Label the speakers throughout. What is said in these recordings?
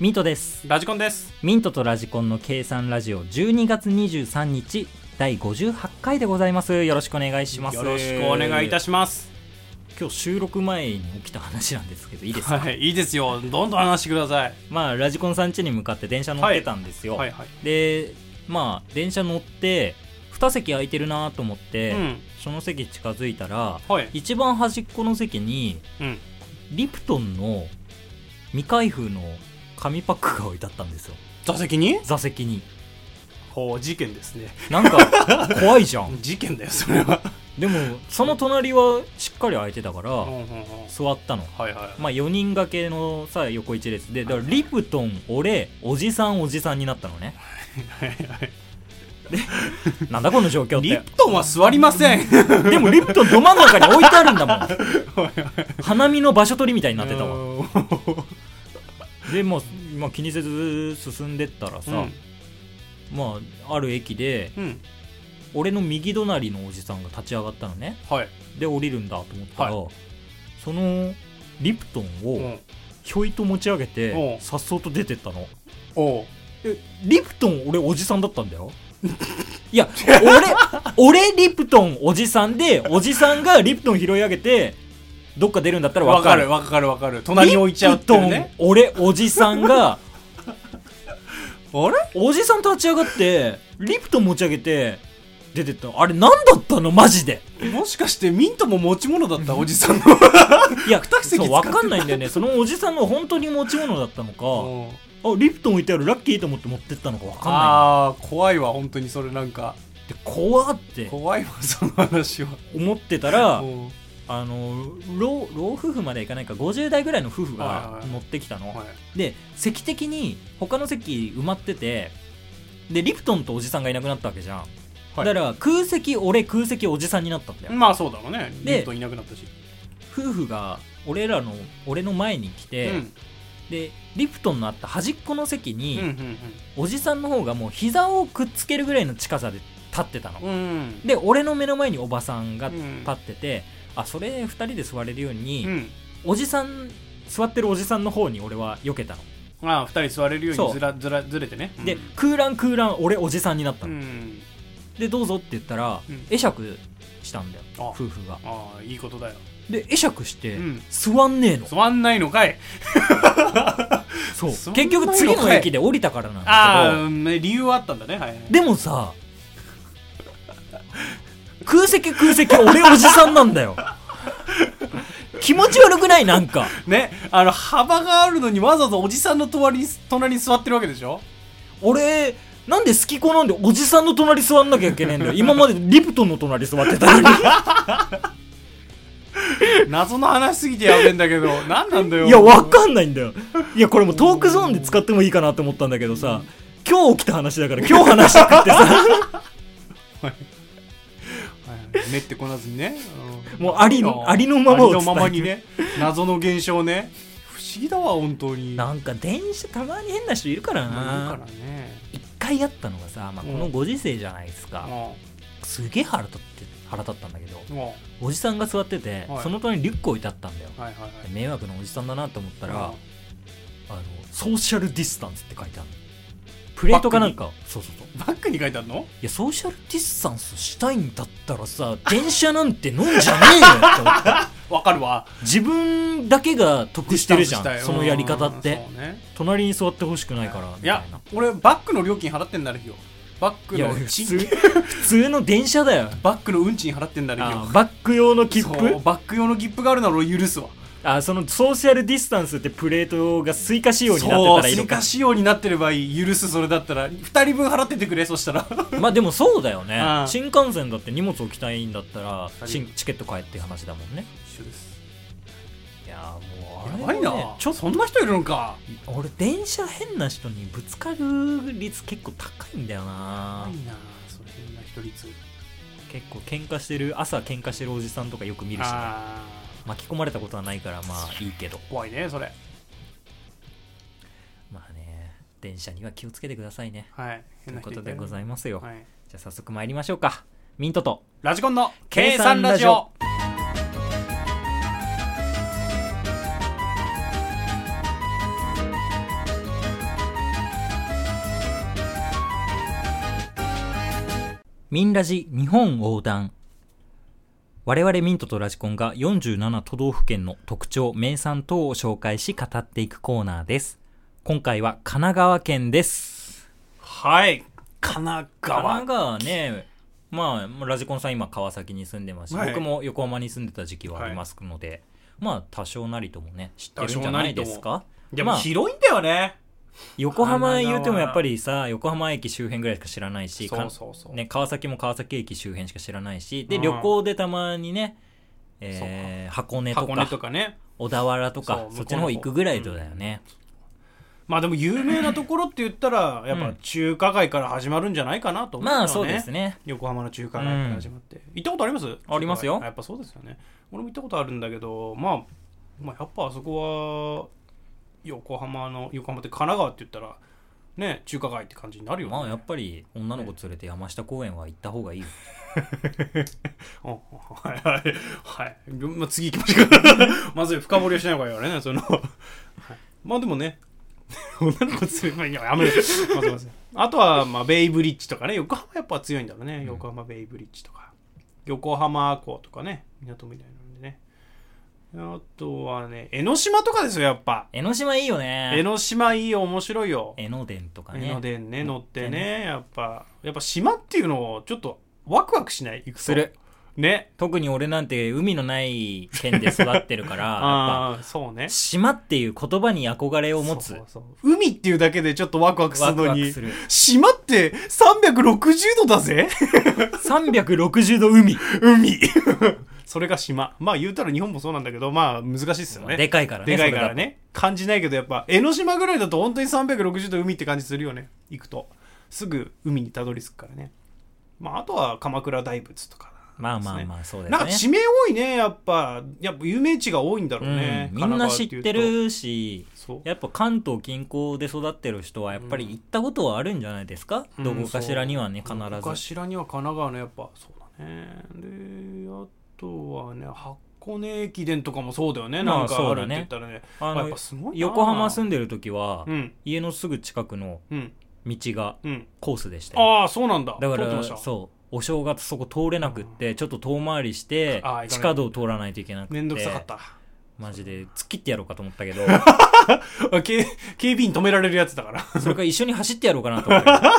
Speaker 1: ミントです
Speaker 2: ラジコンです
Speaker 1: ミントとラジコンの計算ラジオ12月23日第58回でございますよろしくお願いします
Speaker 2: よろしくお願いいたします
Speaker 1: 今日収録前に起きた話なんですけどいいですか、
Speaker 2: はいいいですよどんどん話してください
Speaker 1: まあラジコンさん家に向かって電車乗ってたんですよ、
Speaker 2: はいはい
Speaker 1: でまあ電車乗って2席空いてるなと思って、
Speaker 2: うん
Speaker 1: その席近づいたら、
Speaker 2: はい
Speaker 1: 一番端っこの席に
Speaker 2: うん
Speaker 1: リプトンの未開封の紙パックが置いてあったんですよ
Speaker 2: 座席に
Speaker 1: 座席に
Speaker 2: ほう事件ですね
Speaker 1: なんか怖いじゃん
Speaker 2: 事件だよそれは
Speaker 1: でもその隣はしっかり空いてたから
Speaker 2: うんうんうん
Speaker 1: 座ったの
Speaker 2: はいはい
Speaker 1: まあ4人掛けのさ横一列でだからリプトン俺おじさんおじさんになったのね
Speaker 2: はいはい
Speaker 1: なんだこの状況っ
Speaker 2: リ
Speaker 1: て
Speaker 2: プトンは座りません
Speaker 1: でもリプトンど真ん中に置いてあるんだもん花見の場所取りみたいになってたわ
Speaker 2: うん
Speaker 1: でもう、まあ、気にせず進んでったらさ、まあある駅で
Speaker 2: うん
Speaker 1: 俺の右隣のおじさんが立ち上がったのね
Speaker 2: はい
Speaker 1: で降りるんだと思ったら、
Speaker 2: は
Speaker 1: そのリプトン
Speaker 2: う
Speaker 1: を
Speaker 2: ん
Speaker 1: ひょいと持ち上げ
Speaker 2: う
Speaker 1: て
Speaker 2: ん
Speaker 1: さっそうと出てったの
Speaker 2: おう
Speaker 1: えリプトン俺おじさんだったんだよいや俺俺リプトンおじさんでおじさんがリプトン拾い上げてどっか出るんだったら
Speaker 2: わ
Speaker 1: 分
Speaker 2: か
Speaker 1: かる
Speaker 2: るわかるわかる隣に置いちゃうっていうね
Speaker 1: リプトン俺おじさんが
Speaker 2: あれ
Speaker 1: おじさん立ち上がってリプトン持ち上げて出てったあれ何だったのマジで
Speaker 2: もしかしてミントも持ち物だったおじさんの
Speaker 1: いや
Speaker 2: 二席使
Speaker 1: そ
Speaker 2: って
Speaker 1: う分かんないんだよねそのおじさんの本当に持ち物だったのか
Speaker 2: う
Speaker 1: あ
Speaker 2: ん
Speaker 1: リプトン置いてあるラッキーと思って持ってったのか分かんな
Speaker 2: ああ怖いわ本当にそれなんか
Speaker 1: いで怖って
Speaker 2: 怖いわその話は
Speaker 1: 思ってたら
Speaker 2: うん
Speaker 1: あの老老夫婦まではいかないか50代ぐらいの夫婦が乗ってきたの、
Speaker 2: はい
Speaker 1: で席的に他の席埋まっててでリプトンとおじさんがいなくなったわけじゃん、
Speaker 2: はい
Speaker 1: だから空席俺空席おじさんになったんだよ、
Speaker 2: まあそうだろうね
Speaker 1: で
Speaker 2: リントンいなくなったし
Speaker 1: 夫婦が俺らの俺の前に来て、
Speaker 2: うん
Speaker 1: でリプトンのあった端っこの席
Speaker 2: うん
Speaker 1: に、
Speaker 2: うん
Speaker 1: おじさんの方がもう膝をくっつけるぐらいの近さで立ってたの、
Speaker 2: うんうん
Speaker 1: で俺の目の前におばさんが立
Speaker 2: うん
Speaker 1: ってて、あそれ2人で座れるように、
Speaker 2: うん
Speaker 1: おじさん座ってるおじさんの方に俺は避けたの、
Speaker 2: ああ二人座れるよう
Speaker 1: そう
Speaker 2: にずらずらずれてね
Speaker 1: で
Speaker 2: う
Speaker 1: 空欄空欄俺おじさんになった
Speaker 2: んう
Speaker 1: の、
Speaker 2: ん
Speaker 1: でどうぞって言ったら、
Speaker 2: うん
Speaker 1: 会釈したんだよ
Speaker 2: あ
Speaker 1: 夫婦が
Speaker 2: ああいいことだよ
Speaker 1: で会釈して、
Speaker 2: うん
Speaker 1: 座んねえの
Speaker 2: 座んないのかい
Speaker 1: そう
Speaker 2: 座んない
Speaker 1: 結
Speaker 2: のか
Speaker 1: 局
Speaker 2: い
Speaker 1: 次の駅で降りたからなん
Speaker 2: ああ
Speaker 1: だ
Speaker 2: うん理由はあったんだねはいはい
Speaker 1: けどでもさ空席空席俺おじさんなんだよ気持ち悪くないなんか
Speaker 2: ねあの幅があるのにわざわざおじさんの隣に隣に座ってるわけでしょ
Speaker 1: 俺なんで好き子なんでおじさんの隣座んなきゃいけないんだよ今までリプトンの隣座ってたのに
Speaker 2: 謎の話すぎてやべえんだけ ど何なんだよ
Speaker 1: いや、わかんないんだよ。いや、これもうトークゾーンで使ってもいいかなと思ったんだけどさ、今日起きた話だから今日話してくってさ、
Speaker 2: はい練ってこなずにね、
Speaker 1: もうありのありのままを伝える
Speaker 2: ありのままにね謎の現象ね不思議だわ本当 に
Speaker 1: なんか電車たまに変な人いるから
Speaker 2: なんか
Speaker 1: な
Speaker 2: ら。ね
Speaker 1: 一回やったのがさ、まあ、
Speaker 2: うん
Speaker 1: このご時世じゃないですか。
Speaker 2: も
Speaker 1: すげえ腹立って、腹立ったんだけど、
Speaker 2: うも
Speaker 1: おじさんが座ってて
Speaker 2: は、い
Speaker 1: その隣にリュック置いてあったんだよ。
Speaker 2: うはいはいはい
Speaker 1: 迷惑なおじさんだなと思ったら、あの
Speaker 2: う、
Speaker 1: ソーシャルディスタンスって書いてあるの。プレートかなんか、そうそうそう。
Speaker 2: んバッグに書いてあるの
Speaker 1: いやソーシャルディスタンスしたいんだったらさ電車なんて飲んじゃねえよって思った
Speaker 2: わかるわ
Speaker 1: 自分だけが得してるじゃ
Speaker 2: ディ
Speaker 1: ん
Speaker 2: スタンスしたい
Speaker 1: そのやり方っ
Speaker 2: うん
Speaker 1: て
Speaker 2: そうね
Speaker 1: 隣に座ってほしくないからみ
Speaker 2: い
Speaker 1: た
Speaker 2: や
Speaker 1: いな
Speaker 2: 俺バッグの料金払ってんだある日よバッグ
Speaker 1: いや
Speaker 2: の
Speaker 1: 普
Speaker 2: ち
Speaker 1: 通普通の電車だよ
Speaker 2: バッグの運賃払ってんだある日
Speaker 1: あ
Speaker 2: よ
Speaker 1: バック用の切
Speaker 2: そう
Speaker 1: 符
Speaker 2: バッグ用の切符があるなら俺許すわ
Speaker 1: あそのソーシャルディスタンスってプレートがスイカ仕様になって
Speaker 2: そう
Speaker 1: たらいいのか
Speaker 2: 追加仕様になってればいい許すそれだったら2人分払っててくれそしたら
Speaker 1: まあでもそうだよ
Speaker 2: う
Speaker 1: ね
Speaker 2: ん
Speaker 1: 新幹線だって荷物置きたいんだったら
Speaker 2: 二人
Speaker 1: チンチケット買えって話だもんね
Speaker 2: 一緒です
Speaker 1: いやもうあ
Speaker 2: や
Speaker 1: れ
Speaker 2: ばい
Speaker 1: はね
Speaker 2: なちょそんな人いるのか
Speaker 1: 俺電車変な人にぶつかる率結構高いんだよ
Speaker 2: や
Speaker 1: な
Speaker 2: ばいなその変な人率
Speaker 1: 結構喧嘩してる朝喧嘩してるおじさんとかよく見るしね
Speaker 2: あ
Speaker 1: 巻き込まれたことはないからまあいいけど
Speaker 2: ー怖いねそれ
Speaker 1: まあね電車には気をつけてくださいね
Speaker 2: はい
Speaker 1: ということでござい
Speaker 2: い
Speaker 1: ますよ、
Speaker 2: はい、
Speaker 1: じゃあ早速参りましょうかミントと
Speaker 2: ラジコンの
Speaker 1: 計
Speaker 2: 計
Speaker 1: 算
Speaker 2: 算
Speaker 1: ラ
Speaker 2: ラ
Speaker 1: ジ
Speaker 2: ジ
Speaker 1: オ
Speaker 2: オ
Speaker 1: ミンラジ日本横断我々ミントとラジコンが47都道府県の特徴名産等を紹介し語っていくコーナーです今回は神奈川県です
Speaker 2: はい。神奈
Speaker 1: 神
Speaker 2: 川
Speaker 1: 奈。川ねまあラジコンさん今川崎に住んでますし、
Speaker 2: はい
Speaker 1: 僕も横浜に住んでた時期はありますので、まあ多少なりともね知ってるんじゃないですか
Speaker 2: いや、
Speaker 1: ま
Speaker 2: も
Speaker 1: あ
Speaker 2: う広いんだよね。
Speaker 1: 横浜言うてもやっぱりさ横浜駅周辺ぐらいしか知らないし
Speaker 2: そう
Speaker 1: か
Speaker 2: そうそう。
Speaker 1: ね、川崎も川崎駅周辺しか知らないしで、
Speaker 2: うん
Speaker 1: 旅行でたまにね、えー箱根と
Speaker 2: 箱
Speaker 1: か
Speaker 2: 根とかね。
Speaker 1: 小田原とか
Speaker 2: そう
Speaker 1: そっちの方行くぐらいだよね、
Speaker 2: まあでも有名なところって言ったら、やっ
Speaker 1: う
Speaker 2: ぱ
Speaker 1: ん
Speaker 2: 中華街から始まるんじゃないかなと思う、
Speaker 1: まあそうです
Speaker 2: ね。
Speaker 1: ね
Speaker 2: 横浜の中華街から始まって。行ったことあります
Speaker 1: ありますよ
Speaker 2: 中華街やっぱそうですよね。俺も行ったことあるんだけど、まあ、まあ、やっぱあそこは、横浜の、横浜って神奈川って言ったら、ね、中華街って感じになるよね。
Speaker 1: まあやっぱり女の子連れて山下公園は行った方がいいよ
Speaker 2: あはいはいはい、まあ、次行きましょう かまずい深掘りをしない方がいいわねその、はいまあでもね 女の子強い、まあ、いややめろまずまずいあとは、まあ、ベイブリッジとかね横浜やっぱ強いんだろうね、横浜ベイブリッジとか横浜港とかね港みたいなんでねあとはね江ノ島とかですよやっぱ
Speaker 1: 江ノ島いいよ
Speaker 2: 江
Speaker 1: ね
Speaker 2: ノ島いいよ面白いよ
Speaker 1: 江ノ電とかね
Speaker 2: 江ノ電ね乗って
Speaker 1: 乗って
Speaker 2: ねやっぱやっぱ島っていうのをちょっとワクワクしない行くと
Speaker 1: する
Speaker 2: ね
Speaker 1: 特に俺なんて海のない県で育ってるからやっ
Speaker 2: ああーそうね
Speaker 1: ぱ島っていう言葉に憧れを持つ
Speaker 2: そうそう海っていうだけでちょっとワクワクする
Speaker 1: ワク
Speaker 2: の
Speaker 1: ワ
Speaker 2: に
Speaker 1: クする
Speaker 2: 島って360度だぜ
Speaker 1: 360度海
Speaker 2: 海それが島まあ言うたら日本もそうなんだけどまあ難しいっすよね
Speaker 1: でかいからね
Speaker 2: でかいから
Speaker 1: それだ
Speaker 2: ね感じないけどやっぱ江ノ島ぐらいだと本当に360度海って感じするよね行くとすぐ海にたどり着くからねまああとは鎌倉大仏とか
Speaker 1: とまあまあまあそうですね
Speaker 2: なんか地名多いねやっぱやっぱ有名地が多いんだろうね、
Speaker 1: うん、みんな知って
Speaker 2: 神奈川いうと
Speaker 1: るし
Speaker 2: そう
Speaker 1: やっぱ関東近郊で育ってる人はやっぱり行ったことはあるんじゃないですか、
Speaker 2: うん
Speaker 1: どこかしらにはね必
Speaker 2: そうどこか
Speaker 1: ず
Speaker 2: しらには神奈川のやっぱそうだねであとはね箱根駅伝とかもそうだよね、
Speaker 1: まあ
Speaker 2: なんか
Speaker 1: そ
Speaker 2: あ
Speaker 1: う
Speaker 2: る
Speaker 1: だ
Speaker 2: っ
Speaker 1: ね
Speaker 2: て言ったらね
Speaker 1: あ
Speaker 2: まあやっ
Speaker 1: の
Speaker 2: ぱすごいな
Speaker 1: 横浜住んでる時は、
Speaker 2: うん
Speaker 1: 家のすぐ近くの
Speaker 2: うん
Speaker 1: 道が
Speaker 2: うん
Speaker 1: コースでしたよ
Speaker 2: ああそうなんだ
Speaker 1: だか
Speaker 2: 通ってま
Speaker 1: ら
Speaker 2: した
Speaker 1: そうお正月そこ通れなくってちょっと遠回りして
Speaker 2: あー行かない
Speaker 1: 地下道通らないといけなくて
Speaker 2: めんどくさかった
Speaker 1: マジで突っ切ってやろうかと思ったけ ど
Speaker 2: あ警警備員止められるやつだから
Speaker 1: それから一緒に走ってやろうかなと思ったけど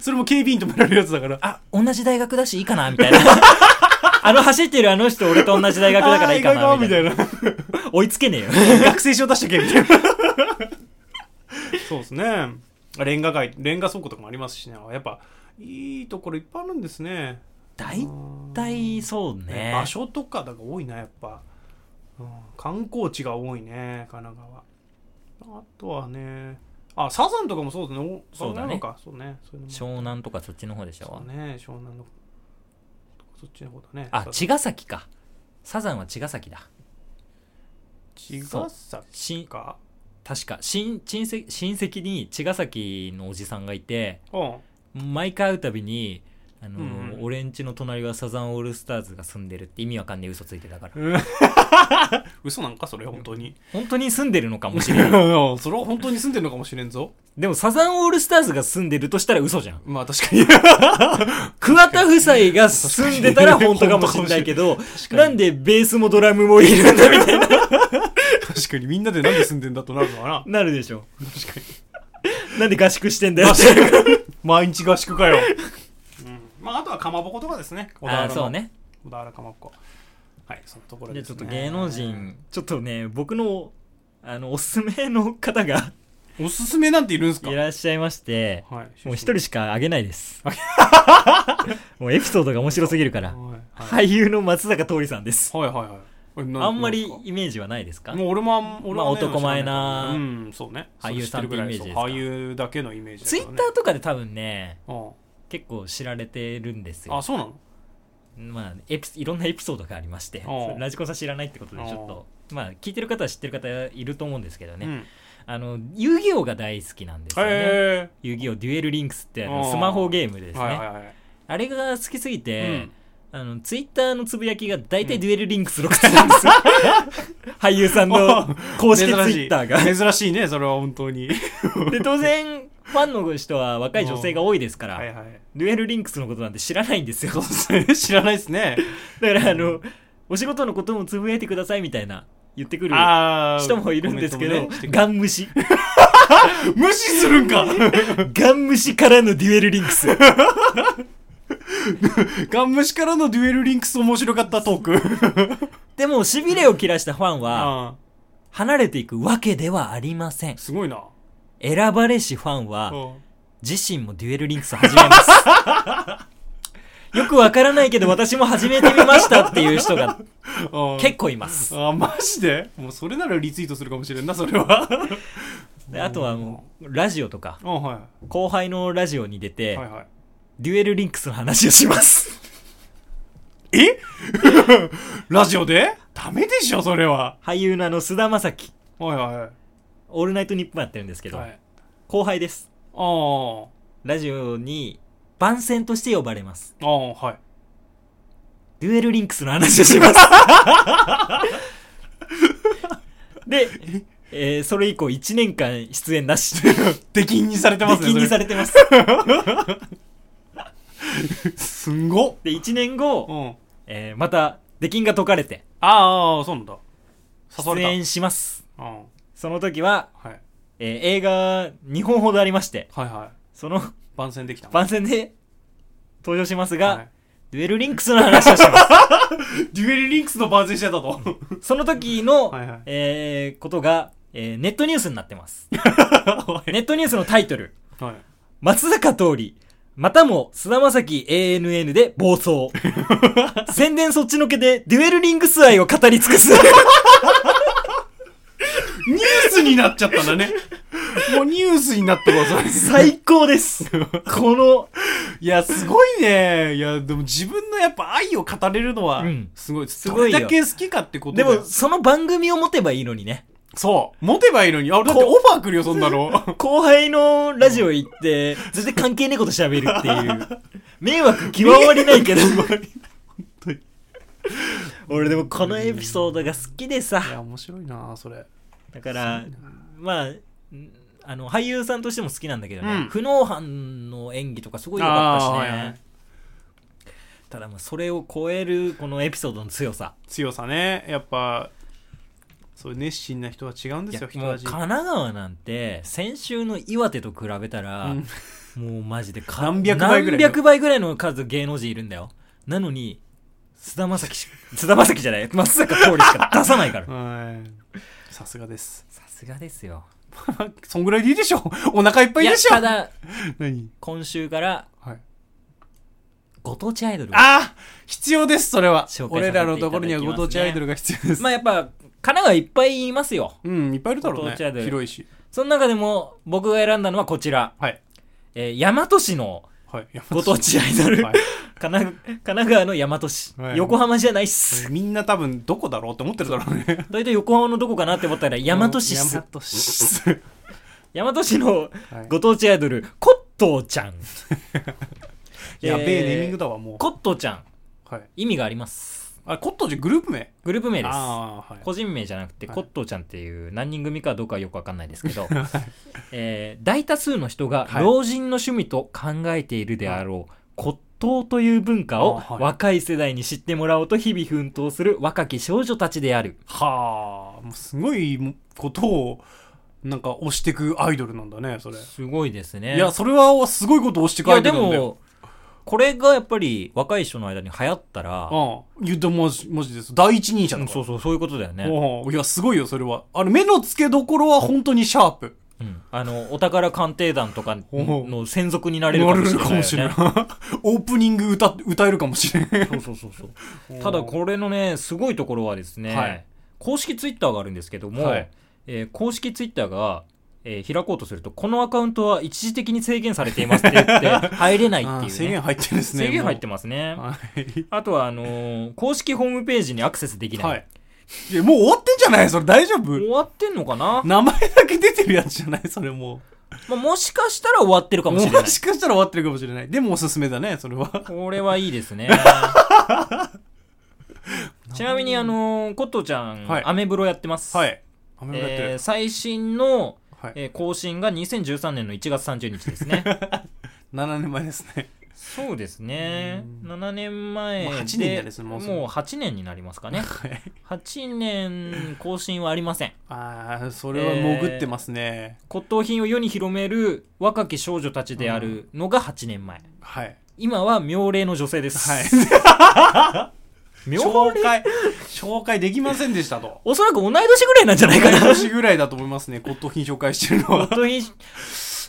Speaker 2: それも警備員止められるやつだから
Speaker 1: あ、同じ大学だしいいかなみたい な。あの走ってるあの人俺と同じ大学だからいいか
Speaker 2: あ
Speaker 1: な
Speaker 2: ー意
Speaker 1: みたい
Speaker 2: 外
Speaker 1: な。
Speaker 2: だみたい
Speaker 1: 追いつけねえよ。
Speaker 2: な学生証出しとけみたいなそうですねレンガ街レンガ倉庫とかもありますしねやっぱいいところいっぱいあるんですね
Speaker 1: 大体そうね。
Speaker 2: 場所とかだが多いなやっぱ、うん観光地が多いね神奈川あとはねあサザンとかもそうですねお
Speaker 1: そうだね
Speaker 2: 神奈川かそうねそういうのも
Speaker 1: 湘南とかそっちの方でしょ
Speaker 2: そう。ね湘南のそっちの方だね
Speaker 1: あ、
Speaker 2: サザン
Speaker 1: 茅ヶ崎か。サザンは茅ヶ崎だ。
Speaker 2: 茅ヶ崎
Speaker 1: しん
Speaker 2: か
Speaker 1: 確か親親戚親戚に茅ヶ崎のおじさんがいて
Speaker 2: うん
Speaker 1: 毎回会うたびにあの、
Speaker 2: うんうん
Speaker 1: 俺んちの隣はサザンオールスターズが住んでるって意味わかんねえ嘘ついてたから
Speaker 2: 嘘なんかそれ本当に
Speaker 1: 本当に住んでるのか もし
Speaker 2: そ
Speaker 1: れ
Speaker 2: れ
Speaker 1: ない
Speaker 2: は本当に住んでるのかもしれんぞ
Speaker 1: でもサザンオールスターズが住んでるとしたら嘘じゃん
Speaker 2: まあ確かに
Speaker 1: 桑田夫妻が住んでたら本当かもしれないけど、なんでベースもドラムもいるんだみたいな、
Speaker 2: 確かにみんなでなんで住んでんだとなるのか な
Speaker 1: なるでしょ。
Speaker 2: 確かに
Speaker 1: なんで合宿してんだよ。
Speaker 2: 毎日合宿かよ、うん、まああとはかまぼことかですね小田
Speaker 1: あ
Speaker 2: 原
Speaker 1: あ、
Speaker 2: の
Speaker 1: そうね。
Speaker 2: 小田原かまぼこはいそのところ
Speaker 1: で、
Speaker 2: です、
Speaker 1: ち
Speaker 2: ね
Speaker 1: ょ、っと芸能人、ちょっとね、僕の、あの、おすすめの方が
Speaker 2: おすすめなんているんですか
Speaker 1: いらっしゃいまして、
Speaker 2: はい
Speaker 1: もう一人しかあげないです。 もうエピソードが面白すぎるから。
Speaker 2: はいは
Speaker 1: 俳
Speaker 2: い
Speaker 1: 優の松坂桃李さんです。
Speaker 2: はいはいはいえな
Speaker 1: あんまり
Speaker 2: なんです
Speaker 1: イメージはないですか
Speaker 2: かもう俺もあん俺はね
Speaker 1: まあ男前な
Speaker 2: うんそうね
Speaker 1: 俳優さんってイメージですか
Speaker 2: そう知ってるぐらいそう俳優だけのイメージだ
Speaker 1: ツ
Speaker 2: け
Speaker 1: イ
Speaker 2: ど
Speaker 1: ッ
Speaker 2: ね
Speaker 1: ターとかで多分ね、
Speaker 2: うん
Speaker 1: 結構知られてるんですよ。
Speaker 2: あそうなの
Speaker 1: まあ、エピいろんなエピソードがありまして
Speaker 2: おう
Speaker 1: ラジコンさん知らないってことでちょっとまあ聞いてる方は知ってる方いると思うんですけどね、
Speaker 2: うん
Speaker 1: あの遊戯王が大好きなんですよね、
Speaker 2: へ
Speaker 1: 遊戯王デュエルリンクスってあ
Speaker 2: お
Speaker 1: の
Speaker 2: う
Speaker 1: スマホゲームで
Speaker 2: え
Speaker 1: すね、
Speaker 2: はいはいはい
Speaker 1: あれが好きすぎ
Speaker 2: うん
Speaker 1: て、あのツイッターのつぶやきが大体デュエルリンクスの靴なんです よ、俳 優さんの公式ツイッターが
Speaker 2: 珍しい珍しいねそれは本当に
Speaker 1: で当然ファンの人は若い女性が多いですから、
Speaker 2: はいはい
Speaker 1: デュエルリンクスのことなんて知らないんですよ。
Speaker 2: そうですね知らないです ね
Speaker 1: だから、あの、お仕事のこともつぶやいてくださいみたいな言ってくる
Speaker 2: あー
Speaker 1: 人もいるんですけ
Speaker 2: コメ
Speaker 1: ど
Speaker 2: ントもねして、くれ
Speaker 1: ガン無視。
Speaker 2: 無視するんか
Speaker 1: ガン無視からのデュエルリンクス。
Speaker 2: ガン虫からのデュエルリンクス面白かったトーク
Speaker 1: でも、しびれを切らしたファンは、
Speaker 2: あ
Speaker 1: 離れていくわけではありません
Speaker 2: ー。すごいな
Speaker 1: 選ばれしファン
Speaker 2: う
Speaker 1: は、
Speaker 2: ん
Speaker 1: 自身もデュエルリンクス始めます。 よくわからないけど、私も始めてみましたっていう人が
Speaker 2: うん
Speaker 1: 結構います。
Speaker 2: あーマジでもうそれならリツイートするかもしれんなそ れは
Speaker 1: であとはもう、ラジオとか、
Speaker 2: あは
Speaker 1: 後輩のラジオに出
Speaker 2: い
Speaker 1: て
Speaker 2: は、いはい
Speaker 1: デュエルリンクスの話をします。
Speaker 2: えラジオでダメでしょそれは
Speaker 1: 俳優のあの、菅田将暉、
Speaker 2: はいはいはい
Speaker 1: オールナイトニッポンやってるんですけど、
Speaker 2: はい
Speaker 1: 後輩です。
Speaker 2: あー
Speaker 1: ラジオに番宣として呼ばれます。
Speaker 2: あーはい
Speaker 1: デュエルリンクスの話をします。 で、えーそれ以降1年間出演なし。
Speaker 2: 出禁にされてますね
Speaker 1: 禁にさ
Speaker 2: れ
Speaker 1: れて ます。
Speaker 2: すんごっ
Speaker 1: で、1年
Speaker 2: う
Speaker 1: 後、
Speaker 2: ん
Speaker 1: えーまた、出禁が解かれて、
Speaker 2: ああそうなんだ誘わ
Speaker 1: 出
Speaker 2: れ
Speaker 1: 演します。
Speaker 2: た、うん
Speaker 1: その時は、
Speaker 2: はい、
Speaker 1: えー映画2本ほどありまして、
Speaker 2: はいはい
Speaker 1: その
Speaker 2: 番宣できた
Speaker 1: 番宣で登場しますが、
Speaker 2: はい
Speaker 1: デュエルリンクスの話をし ます。
Speaker 2: デュエルリンクスの番宣してたと
Speaker 1: その時の、
Speaker 2: はいはい
Speaker 1: えーことが、えーネットニュースになってます。
Speaker 2: はい
Speaker 1: ネットニュースのタイトル、
Speaker 2: はい
Speaker 1: 松坂通り、またも菅田将暉 ANN で暴 走。宣伝そっちのけでデュエルリングス愛を語り尽 くす。
Speaker 2: ニュースになっちゃったんだ ねもうニュースになってます
Speaker 1: 最高です。この、
Speaker 2: いや、すごいね。いや、でも自分のやっぱ愛を語れるのは
Speaker 1: うん、
Speaker 2: すごい。
Speaker 1: す
Speaker 2: す
Speaker 1: ご
Speaker 2: ご
Speaker 1: い
Speaker 2: い。
Speaker 1: よ
Speaker 2: どれだけ好きかってこと
Speaker 1: で
Speaker 2: だよ
Speaker 1: もその番組を持てばいいのにね。
Speaker 2: そう。持てばいいのに。あ、だってオファー来るよ、そんな の。
Speaker 1: 後輩のラジオ行って、そして関係ねえこと喋るっていう。迷惑極まりないけど。
Speaker 2: 当に
Speaker 1: 俺でもこのエピソードが好きで
Speaker 2: いや、
Speaker 1: さ。
Speaker 2: 面白いなそれ。
Speaker 1: だから、まあ、んあの、俳優さんとしても好きなんだけどね。
Speaker 2: うん
Speaker 1: 不能犯の演技とかすごい良かったしね。
Speaker 2: あーはいはい
Speaker 1: ただもうそれを超えるこのエピソードの強さ。
Speaker 2: 強さね。やっぱ、そういう熱心な人は違うん
Speaker 1: い
Speaker 2: で
Speaker 1: や
Speaker 2: すよ、
Speaker 1: も
Speaker 2: 人
Speaker 1: う神
Speaker 2: 味。
Speaker 1: 奈川なんて先週の岩手と比べたら、
Speaker 2: うん
Speaker 1: もうマジでか
Speaker 2: 何百倍ぐらいの
Speaker 1: 何百倍ぐらいの数芸能人いるんだよなのに菅田将暉し 菅田将暉じゃない松坂桃李しか出さないから
Speaker 2: はい。 さすがです。
Speaker 1: さすがですよ
Speaker 2: そんぐらいでいいでしょ。お腹いっぱいでしょ
Speaker 1: やた。だ
Speaker 2: 何
Speaker 1: 今週から
Speaker 2: はい。
Speaker 1: ご当地アイドルを
Speaker 2: ああ必要です、それ
Speaker 1: 紹。
Speaker 2: は
Speaker 1: 介させていただきますね
Speaker 2: 俺らのところにはご当地アイドルが必要です
Speaker 1: ま。あやっぱ神奈川いっぱいいますよ
Speaker 2: うん、いっぱいいるだろう
Speaker 1: ご当地アイド
Speaker 2: ね。
Speaker 1: ル
Speaker 2: 広いし。
Speaker 1: その中でも僕が選んだのはこちら、
Speaker 2: はい。
Speaker 1: えー、大和市の
Speaker 2: はい。
Speaker 1: ご当地アイドル、
Speaker 2: はい
Speaker 1: 神奈神奈川の大和市、
Speaker 2: はい
Speaker 1: 横浜じゃないっす
Speaker 2: みんな多分どこだろうって思ってるだろうね。
Speaker 1: 大体横浜のどこかなって思ったら大和市っす
Speaker 2: 大和市。
Speaker 1: 大和市の
Speaker 2: はい
Speaker 1: ご当地アイドルコットーちゃん
Speaker 2: やべえネーミング
Speaker 1: だ
Speaker 2: だわ、も
Speaker 1: コットーちゃん
Speaker 2: う。はい。
Speaker 1: 意味があります
Speaker 2: あ、コットーじゃグループ名
Speaker 1: グループ名です
Speaker 2: ああ、はい。
Speaker 1: 個人名じゃなくて、
Speaker 2: はい
Speaker 1: コットーちゃんっていう何人組かどうかはよくわかんないですけ ど、えー大多数の人が
Speaker 2: はい
Speaker 1: 老人の趣味と考えているであろう、骨董という文化を
Speaker 2: あはい
Speaker 1: 若い世代に知ってもらおうと日々奮闘する若き少女たちである。
Speaker 2: はあ、もうすごいことを、なんか押してくアイドルなんだね、それ。
Speaker 1: すごいですね。
Speaker 2: いや、それはすごいことを押して
Speaker 1: い
Speaker 2: くア
Speaker 1: や
Speaker 2: イド
Speaker 1: で
Speaker 2: ルなんだよ。
Speaker 1: も、これがやっぱり若い人の間に流行ったら、
Speaker 2: うん。いや、でもマジマジです。第一人者
Speaker 1: う
Speaker 2: だ
Speaker 1: ん
Speaker 2: から。
Speaker 1: そうそう、そういうことだよね。
Speaker 2: おういや、すごいよ、それは。あの、目の付けどころは本当にシャープ。
Speaker 1: うんあの、お宝鑑定団とか
Speaker 2: おう
Speaker 1: の専属にな
Speaker 2: な
Speaker 1: れ
Speaker 2: れ
Speaker 1: る
Speaker 2: るかもし
Speaker 1: し
Speaker 2: れ
Speaker 1: れ
Speaker 2: な
Speaker 1: ないい。。
Speaker 2: オープニング歌、歌えるかもしれな い。
Speaker 1: そうそうそうそう。 ただこれのねすごいところはですね、
Speaker 2: はい
Speaker 1: 公式ツイッターがあるんですけども、
Speaker 2: はい
Speaker 1: えー公式ツイッターが、えー開こうとするとこのアカウントは一時的に制限されていますって言って 入れないっていう、
Speaker 2: あ
Speaker 1: ね、
Speaker 2: ー制限入ってるんですね。
Speaker 1: 制限入って
Speaker 2: も
Speaker 1: ますね
Speaker 2: うはい。
Speaker 1: あとはあのー公式ホームページにアクセスできない、
Speaker 2: はい。いや、もう終わってんじゃないそれ大丈
Speaker 1: 終
Speaker 2: 夫
Speaker 1: わってんのかな、
Speaker 2: 名前だけ出てるやつじゃないそれも
Speaker 1: まあ、もしかしたら終わってるか
Speaker 2: う。
Speaker 1: もし
Speaker 2: も
Speaker 1: れない
Speaker 2: しかしたら終わってるかもしれない。でもおすすめだね、そ れは。
Speaker 1: これはいいです ねちなみにあのーコットーちゃん、
Speaker 2: はい
Speaker 1: アメブロやってます、
Speaker 2: はい。アメブロやって
Speaker 1: えー
Speaker 2: る。
Speaker 1: 最新の
Speaker 2: はい
Speaker 1: えー更新が2013年の1月30日です ね
Speaker 2: 7年前ですね
Speaker 1: そうですね
Speaker 2: うん
Speaker 1: 7年前で
Speaker 2: もう八年ですねも
Speaker 1: も
Speaker 2: う
Speaker 1: う
Speaker 2: すぐ
Speaker 1: 8年になりますかね
Speaker 2: はい
Speaker 1: 8年更新はありません
Speaker 2: ああそれは潜ってますね、
Speaker 1: 骨董品を世に広める若き少女たちであるのが8年前
Speaker 2: はい
Speaker 1: 今は妙齢の女性です、
Speaker 2: はい
Speaker 1: 妙
Speaker 2: 紹
Speaker 1: 齢
Speaker 2: 介紹介できませんでしたと
Speaker 1: おそらく同い年ぐらいなんじゃないかな
Speaker 2: 同い年ぐらいだと思いますね骨董品紹介してるのは
Speaker 1: 骨董品、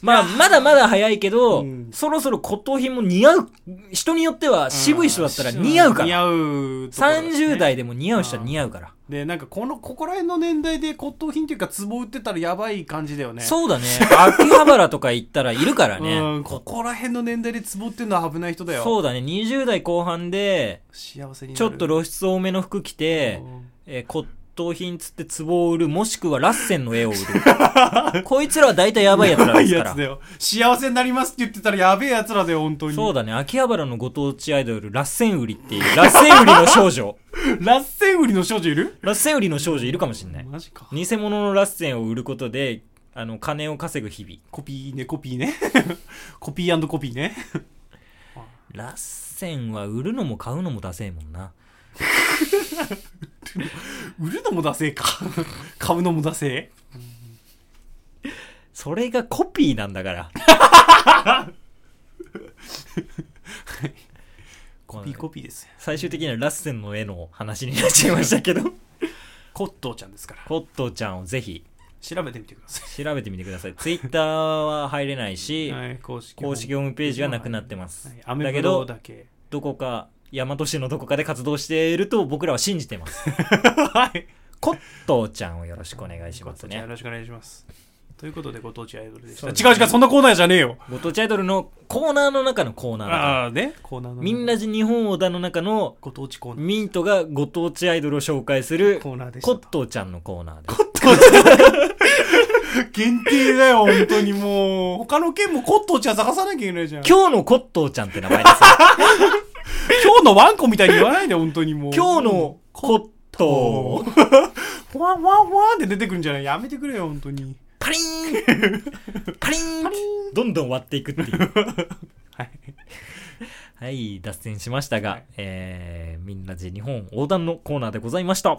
Speaker 1: まあ、まだまだ早いけど、
Speaker 2: うん
Speaker 1: そろそろ骨董品も似合う、人によっては 渋い人だったら似合うか
Speaker 2: 似
Speaker 1: ら。
Speaker 2: 合うところですね
Speaker 1: 30代でも似合う人は似合うから。
Speaker 2: でなんかこのここら辺の年代で骨董品というか壺売ってたらやばい感じだよね
Speaker 1: そうだね。秋葉原とか行ったらいるからね。
Speaker 2: うんここら辺の年代で壺っていうのは危ない人だよ
Speaker 1: そうだね。20代後半で、
Speaker 2: 幸せにな
Speaker 1: ち
Speaker 2: る
Speaker 1: ょっと露出多めの服着て、えー骨董品つって壺を売る、もしくはラッセンの絵を売る。 こいつらは大体やばいやつら
Speaker 2: やば
Speaker 1: で
Speaker 2: い
Speaker 1: すか
Speaker 2: やつ
Speaker 1: ら
Speaker 2: だ。よ幸せになりますって言ってたらやべえやつらだよ本当に
Speaker 1: そうだね。秋葉原のご当地アイドル、ラッセン売りっていう、ラッセン売りの少女。
Speaker 2: ラッセン売りの少女いる
Speaker 1: ラッセン売りの少女いるかもしれない。
Speaker 2: マジか
Speaker 1: 偽物のラッセンを売ることで、あの、金を稼ぐ日々。
Speaker 2: コピーねコピーね コピーコピーね
Speaker 1: ラッセンは売るのも買うのもダセえもんな。
Speaker 2: 売るのもダセ えか買うのもダセえ
Speaker 1: それがコピーなんだから。
Speaker 2: コピーコピーですよ
Speaker 1: 最終的にはラッセンの絵の話になっちゃいましたけ ど。
Speaker 2: コットーちゃんですから
Speaker 1: コットーちゃんをぜひ
Speaker 2: 調べてみてくださ
Speaker 1: 調べてみてください。ツイッターは入れないし
Speaker 2: い、、はい、公式
Speaker 1: 公式ホームページはなくなってます
Speaker 2: はい。アメ
Speaker 1: だ
Speaker 2: ブ
Speaker 1: け
Speaker 2: ロ
Speaker 1: ど、
Speaker 2: だけ
Speaker 1: どこか、大和市のどこかで活動していると僕らは信じて ます。
Speaker 2: はい
Speaker 1: コットーちゃんをよろしくお願いしますね
Speaker 2: よ。ろしくお願いしますということでご当地アイドルでし
Speaker 1: そ
Speaker 2: た
Speaker 1: うですね
Speaker 2: 違う違うそんなコーナーじゃねえよ
Speaker 1: ご当地アイドルのコーナーの中のコーナーだから
Speaker 2: ああねコーナーの
Speaker 1: みんなじ日本オダの中の
Speaker 2: ご当地コーナー
Speaker 1: ミントがご当地アイドルを紹介する
Speaker 2: コーナーでした
Speaker 1: コ
Speaker 2: と
Speaker 1: ットーちゃんのコーナーで
Speaker 2: コットーちゃん限定だ よ本当にもう他の県もコットーちゃん探さなきゃいけないじゃん今
Speaker 1: 今日のコットーちゃんって名前ですよ
Speaker 2: 日のワンコみたいに言わないで本当にもう
Speaker 1: 今日のコットー
Speaker 2: フ ワンワンワンって出てくるんじゃないやめてくれよ本当に
Speaker 1: パリーンパリーンどんどん割っていくっていう
Speaker 2: はい
Speaker 1: はい脱線しましたが、
Speaker 2: はい
Speaker 1: えー、みんなじ日本横断のコーナーでございました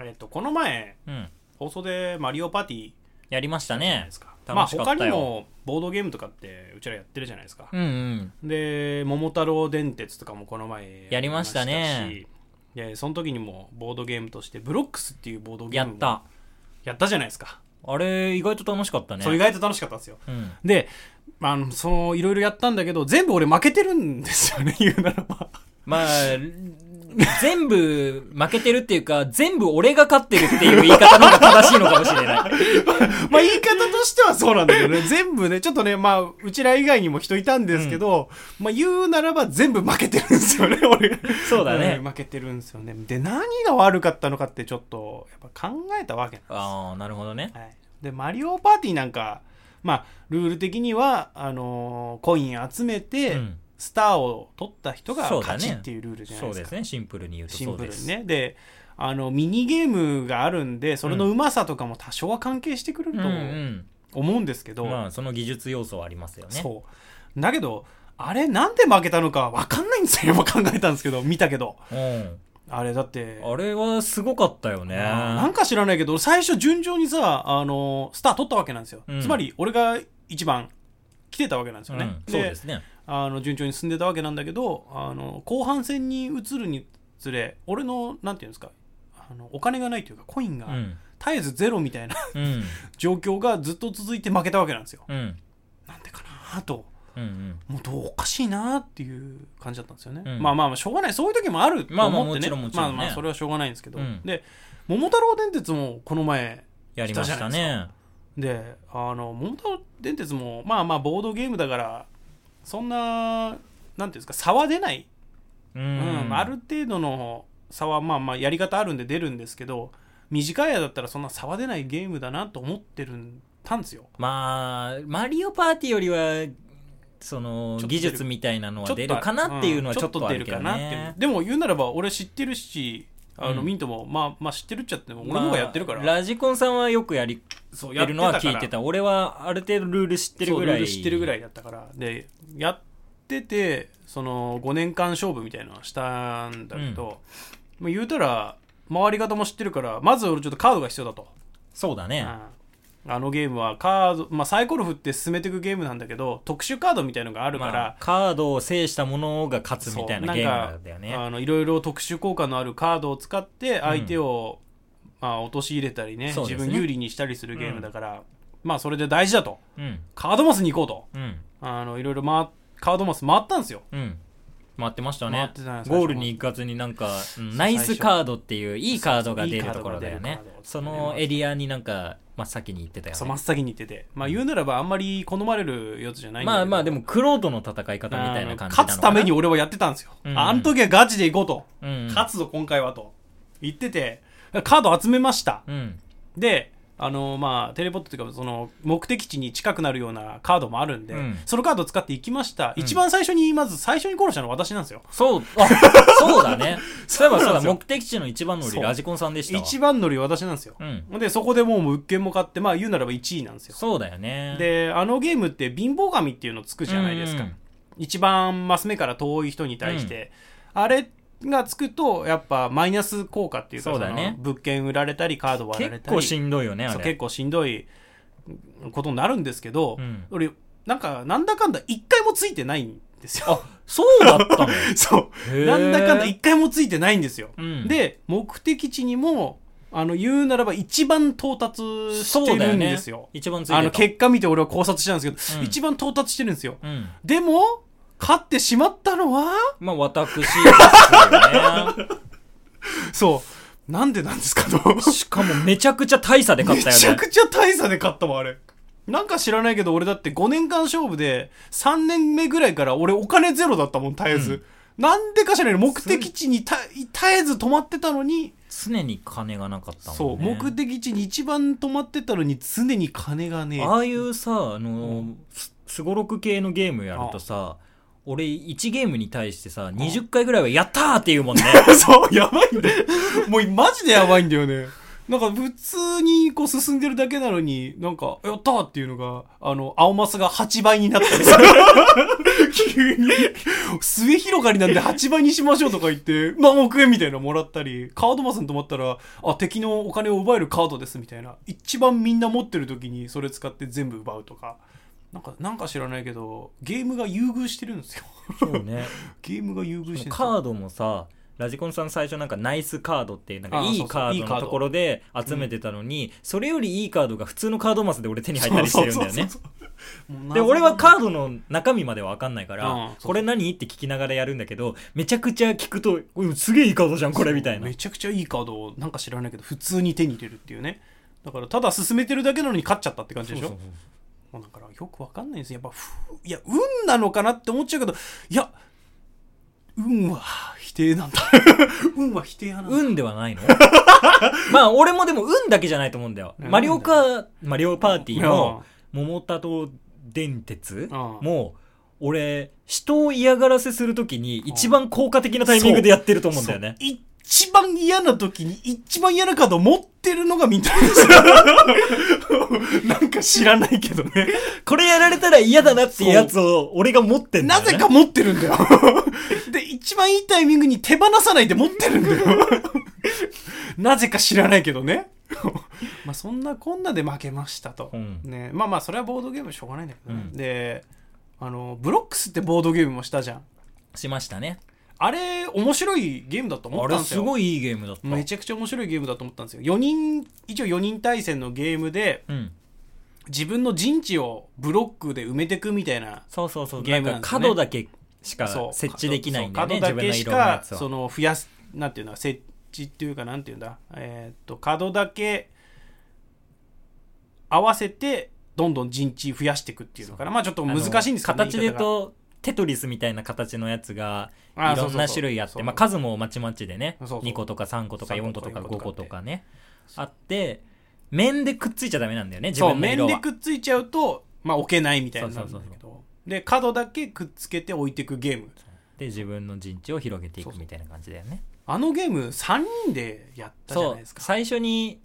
Speaker 2: えっとこの前
Speaker 1: うん
Speaker 2: 放送でマリオパーティー
Speaker 1: やりましたね
Speaker 2: ですかまあ
Speaker 1: 楽しかった
Speaker 2: 他
Speaker 1: よ
Speaker 2: にもボードゲームとかってうちらやってるじゃないですか、
Speaker 1: うんうん
Speaker 2: で「桃太郎電鉄」とかもこの前
Speaker 1: やりましたね
Speaker 2: やりましたしでその時にもボードゲームとしてブロックスっていうボードゲ
Speaker 1: や
Speaker 2: ーム
Speaker 1: っ
Speaker 2: を
Speaker 1: た
Speaker 2: やったじゃないですか、
Speaker 1: あれ意外と楽しかったね
Speaker 2: そう意外と楽しかったんですよ
Speaker 1: うん
Speaker 2: であのそのいろいろやったんだけど全部俺負けてるんですよね言うならば
Speaker 1: まあ、全部負けてるっていうか、全部俺が勝ってるっていう言い方の方が正しいのかもしれない。
Speaker 2: まあ言い方としてはそうなんだけど ね全部ねちょっとねまあうちら以外にも人いたんですけど、まあ言うならば全部負けてるんですよね俺
Speaker 1: そうだね
Speaker 2: ん負けてるんですよねで何が悪かったのかってちょっとやっぱ考えたわけなんですよ
Speaker 1: ああ、なるほどね。
Speaker 2: はい、でマリオパーティーなんか、まあ、ルール的にはあのーコイン集めて、
Speaker 1: うん
Speaker 2: スターを取った人が
Speaker 1: そうだ
Speaker 2: 勝
Speaker 1: ね
Speaker 2: ちっていうルールじゃない
Speaker 1: そう
Speaker 2: です
Speaker 1: で
Speaker 2: か
Speaker 1: すね。シンプルに言うと
Speaker 2: シ
Speaker 1: そ
Speaker 2: ン
Speaker 1: う
Speaker 2: プ
Speaker 1: で
Speaker 2: ル
Speaker 1: す。
Speaker 2: にねであのミニゲームがあるんでそれのうまさとかも多少は関係してくる
Speaker 1: うん
Speaker 2: と
Speaker 1: うん。
Speaker 2: 思うんですけど、
Speaker 1: まあ、その技術要素はありますよね。
Speaker 2: そうだけどあれなんで負けたのか分かんないんですよ やっぱ考えたんですけど見たけど
Speaker 1: うん。
Speaker 2: あれだって
Speaker 1: あれはすごかったよね。
Speaker 2: なんか知らないけど、最初順調にさ、あの、スター取ったわけなんですよ。
Speaker 1: うん
Speaker 2: つまり、俺が一番来てたわけなんです
Speaker 1: う
Speaker 2: よね。
Speaker 1: ん
Speaker 2: で
Speaker 1: そうですね。
Speaker 2: あの、順調に進んでたわけなんだけど、あの、後半戦に移るにつれ、俺の、なんていうんですか、あのお金がないというか、コインが
Speaker 1: う、ん。
Speaker 2: 絶えずゼロみたいな
Speaker 1: うん。
Speaker 2: 状況がずっと続いて負けたわけなんですよ。
Speaker 1: うん。
Speaker 2: なんでかなと。
Speaker 1: うんうん。
Speaker 2: もうどうおかしいなっていう感じだったんですよね、
Speaker 1: うん
Speaker 2: まあまあまあしょうがないそういう時もあると
Speaker 1: まあまあ
Speaker 2: 思って
Speaker 1: も
Speaker 2: ね
Speaker 1: ちろんもちろんね
Speaker 2: まあまあそれはしょうがないんですけど、
Speaker 1: うん
Speaker 2: で「桃太郎電鉄」もこの前
Speaker 1: やりました
Speaker 2: 来たじ
Speaker 1: ね。
Speaker 2: であの「桃太郎電鉄」もまあまあボードゲームだからそんななんていうんですか差は出ない、
Speaker 1: う
Speaker 2: うん
Speaker 1: ん。
Speaker 2: ある程度の差はまあまあやり方あるんで出るんですけど短い間だったらそんな差は出ないゲームだなと思ってるんたんですよ
Speaker 1: まあ、マリオパーティーよりは、その
Speaker 2: ちょっと出
Speaker 1: 技
Speaker 2: る
Speaker 1: 術みたいなのは出るかなっていうのはちょっとあるけど
Speaker 2: うんちょっと出るかなっ
Speaker 1: ね
Speaker 2: ていうでも言うならば俺知ってるしあの、
Speaker 1: うん
Speaker 2: ミントもまあまあ知ってるっちゃって俺の方がやってるから、
Speaker 1: まあラジコンさんはよくやり
Speaker 2: そう
Speaker 1: やるのは聞い
Speaker 2: やっててた
Speaker 1: た
Speaker 2: か
Speaker 1: 俺はある程度ルール知って
Speaker 2: ら
Speaker 1: る
Speaker 2: そう
Speaker 1: ぐ
Speaker 2: ル
Speaker 1: ら
Speaker 2: ー
Speaker 1: い
Speaker 2: ル知ってるぐら
Speaker 1: い
Speaker 2: いだったからでやっててその5年間勝負みたいなのをしたんだけど、まあ言うたら回り方も知ってるからまず俺ちょっとカードが必要だと、
Speaker 1: そうだね
Speaker 2: うんあのゲームはカード、まあ、サイコロ振って進めていくゲームなんだけど特殊カードみたいのがあるから、
Speaker 1: まあ、カードを制したものが勝つみたいな
Speaker 2: そう
Speaker 1: ゲーム
Speaker 2: な
Speaker 1: なんん
Speaker 2: か
Speaker 1: だよね
Speaker 2: あのいろいろ特殊効果のあるカードを使って相手を、まあ、陥れたりね
Speaker 1: そう
Speaker 2: 自
Speaker 1: ですね
Speaker 2: 分有利にしたりするゲームだから、まあそれで大事だと
Speaker 1: うん
Speaker 2: カードマスに行こう
Speaker 1: う
Speaker 2: と
Speaker 1: ん
Speaker 2: あのいろいろ回っカードマス回ったんですよ
Speaker 1: うん回ってました
Speaker 2: 回っ
Speaker 1: ね
Speaker 2: てたね最初
Speaker 1: ゴールに行かずになんか、うんナイスカードっていういいカードが出るところだよね
Speaker 2: そうそういいカードが
Speaker 1: その
Speaker 2: 出る
Speaker 1: エリアになんか真っ先に行ってたよ
Speaker 2: そう真
Speaker 1: ね
Speaker 2: っ先に行ってて、まあ、言うならばあんまり好まれるやつじゃないんだけ
Speaker 1: ま
Speaker 2: ど
Speaker 1: あまあでもクロートの戦い方みたいな
Speaker 2: あ
Speaker 1: 感じなの
Speaker 2: の
Speaker 1: かな
Speaker 2: 勝つために俺はやってたんですよ、
Speaker 1: うん
Speaker 2: あの時はガチで行こう
Speaker 1: う
Speaker 2: と、
Speaker 1: ん
Speaker 2: 勝つぞ今回はと言っててカード集めました
Speaker 1: うん
Speaker 2: であのまあテレポットというかその目的地に近くなるようなカードもあるんで、
Speaker 1: うん
Speaker 2: そのカードを使っていきました、
Speaker 1: うん
Speaker 2: 一番最初にまず最初に殺したのは私なんですよ
Speaker 1: そうあそうだ ねそういえばそうだ目的地の一番乗り
Speaker 2: そう
Speaker 1: ラジコンさんでしたわ
Speaker 2: 一番乗り私なんですよ
Speaker 1: う、ん
Speaker 2: でそこでもう物件も買ってまあ言うならば1位なんですよ
Speaker 1: そうだよね
Speaker 2: であのゲームって貧乏神っていうのつくじゃないですか、
Speaker 1: うん
Speaker 2: 一番マス目から遠い人に対して、あれがつくとやっぱマイナス効果っていうか
Speaker 1: そうだね
Speaker 2: その物件売られたりカード割られ
Speaker 1: 結
Speaker 2: たり
Speaker 1: 構しんどいよねあ
Speaker 2: そう
Speaker 1: れ
Speaker 2: 結構しんどいことになるんですけど、
Speaker 1: うん
Speaker 2: 俺なんかなんだかんだ一回もついてないんですよ。
Speaker 1: そうだったの
Speaker 2: そ
Speaker 1: へ
Speaker 2: う
Speaker 1: ー
Speaker 2: なんだかんだ一回もついてないんですよ。
Speaker 1: うん
Speaker 2: で目的地にもあの言うならば一番到達し
Speaker 1: そ
Speaker 2: て
Speaker 1: うだ
Speaker 2: る
Speaker 1: よ
Speaker 2: んで
Speaker 1: ね
Speaker 2: すよ。
Speaker 1: 一番ついてた
Speaker 2: あの結果見て俺は考察したんですけど、
Speaker 1: うん
Speaker 2: 一番到達してるんですよ。
Speaker 1: うん
Speaker 2: でも勝ってしまったのは
Speaker 1: まあ私ですよ ね
Speaker 2: そうなんでなんですかと。
Speaker 1: しかもめちゃくちゃ大差で勝
Speaker 2: め
Speaker 1: っ
Speaker 2: ち
Speaker 1: たよね
Speaker 2: ゃくちゃ大差で勝ったもんあれなんか知らないけど俺だって5年間勝負で3年目ぐらいから俺お金ゼロだったもん絶えず、なんでか知らない目的地にた絶えず止まってたのに、
Speaker 1: 常に金がなかった
Speaker 2: そ
Speaker 1: も
Speaker 2: うん
Speaker 1: ね
Speaker 2: 目的地に一番止まってたのに常に金がねえ
Speaker 1: ああいうさあのーすすごろく系のゲームやるとさ俺1ゲームに対してさ20回ぐらいは「やったー!」って言うもんね
Speaker 2: そうやばいんだよもうマジでやばいんだよねなんか普通にこう進んでるだけなのになんか「やった!」っていうのがあの青マスが8倍になったりする急に末広がりなんで8倍にしましょうとか言って何億円みたいなのもらったりカードマスに止まったらあ敵のお金を奪えるカードですみたいな一番みんな持ってる時にそれ使って全部奪うとかなんかなんか知らないけどゲームが優遇してるんですよ
Speaker 1: そうね
Speaker 2: ゲームが優遇してるんですよ
Speaker 1: カードもさラジコンさん最初なんかナイスカードっていうなんかい
Speaker 2: あそうそ
Speaker 1: いうカ
Speaker 2: いい
Speaker 1: ード
Speaker 2: カード
Speaker 1: のところで集めてたのにそれよりいいカードが普通のカードマスで俺手に入ったりしてるんだよね
Speaker 2: そうそうそうそう。
Speaker 1: で俺はカードの中身までは分かんないから、
Speaker 2: うんそうそう
Speaker 1: これ何って聞きながらやるんだけどめちゃくちゃ聞くと「うんすげえいいカードじゃんこれ」みたいな
Speaker 2: めちゃくちゃいいカードをなんか知らないけど普通に手に入れるっていうねだからただ進めてるだけなのに勝っちゃったって感じでしょ
Speaker 1: そうそう
Speaker 2: もうだからよくわかんないんですよやっぱふいや運なのかなって思っちゃうけどいや運は否定なんだ 運は否定派なんだ、
Speaker 1: 運ではない のまあ俺もでも運だけじゃないと思うんだよ。
Speaker 2: うん
Speaker 1: マリオカー、マリオパーティーの
Speaker 2: い
Speaker 1: 桃太郎電鉄
Speaker 2: ん
Speaker 1: もう俺人を嫌がらせするときに一番効果的なタイミングでやってると思うんだよね。
Speaker 2: そう一番嫌な時に一番嫌なカードを持ってるのがみんななんか知らないけどね
Speaker 1: これやられたら嫌だなっていうやつを俺が持ってんだ
Speaker 2: な
Speaker 1: よ、ね。
Speaker 2: ぜか持ってるんだよ。 で、一番いいタイミングに手放さないで持ってるんだ よ。なぜか知らないけどね。 まあそんなこんなで負けましたと。
Speaker 1: うん
Speaker 2: ね、まあまあそれはボードゲームしょうがないんだけどね。
Speaker 1: うん
Speaker 2: で、あの、ブロックスってボードゲームもしたじゃん。
Speaker 1: しましたね。
Speaker 2: あれ、面白いゲームだと思
Speaker 1: あ
Speaker 2: った
Speaker 1: れ
Speaker 2: んです
Speaker 1: す
Speaker 2: よ。
Speaker 1: ごいいいゲームだった。
Speaker 2: めちゃくちゃ面白いゲームだと思ったんですよ。4人、一応4人対戦のゲームで、
Speaker 1: うん。
Speaker 2: 自分の陣地をブロックで埋めてくみたいな
Speaker 1: そうそうそう。
Speaker 2: ゲームな
Speaker 1: な
Speaker 2: んで
Speaker 1: ん
Speaker 2: す
Speaker 1: か
Speaker 2: ね
Speaker 1: 角だけしか
Speaker 2: そう
Speaker 1: 設置できないんだよね。
Speaker 2: 角
Speaker 1: 自
Speaker 2: そう角
Speaker 1: 分
Speaker 2: だ
Speaker 1: の
Speaker 2: けし
Speaker 1: 色のや
Speaker 2: か
Speaker 1: つ
Speaker 2: そ
Speaker 1: は。
Speaker 2: の増やすなんていうの設置っていうかなんていうんだえーっと角だけ合わせてどんどん陣地増やしていくっていうのかなまあちょっと難しいんですけど、ね、
Speaker 1: 形で言うとテトリスみたいな形のやつが
Speaker 2: あー
Speaker 1: いろん
Speaker 2: そうそう
Speaker 1: な
Speaker 2: そう
Speaker 1: 種類あっ
Speaker 2: そ
Speaker 1: て
Speaker 2: う
Speaker 1: まあ数もまちまちでね
Speaker 2: そうそう
Speaker 1: 2個とか3個とか
Speaker 2: 3
Speaker 1: 4個
Speaker 2: 個と
Speaker 1: と
Speaker 2: か
Speaker 1: か
Speaker 2: 4個と
Speaker 1: 5
Speaker 2: か
Speaker 1: 個とかねあって面でくっついちゃダメなんだよね自
Speaker 2: そう
Speaker 1: 分の
Speaker 2: 面
Speaker 1: 色
Speaker 2: で
Speaker 1: は
Speaker 2: くっついちゃうとまあ置けないみたいになるんだ
Speaker 1: そ
Speaker 2: けど
Speaker 1: うそう
Speaker 2: で角だけくっつけて置いていくゲーム
Speaker 1: で自分の陣地を広げていくみたいな感じだよね
Speaker 2: あのゲーム3人でやったじゃ
Speaker 1: そ
Speaker 2: な
Speaker 1: う
Speaker 2: いですか
Speaker 1: 最初に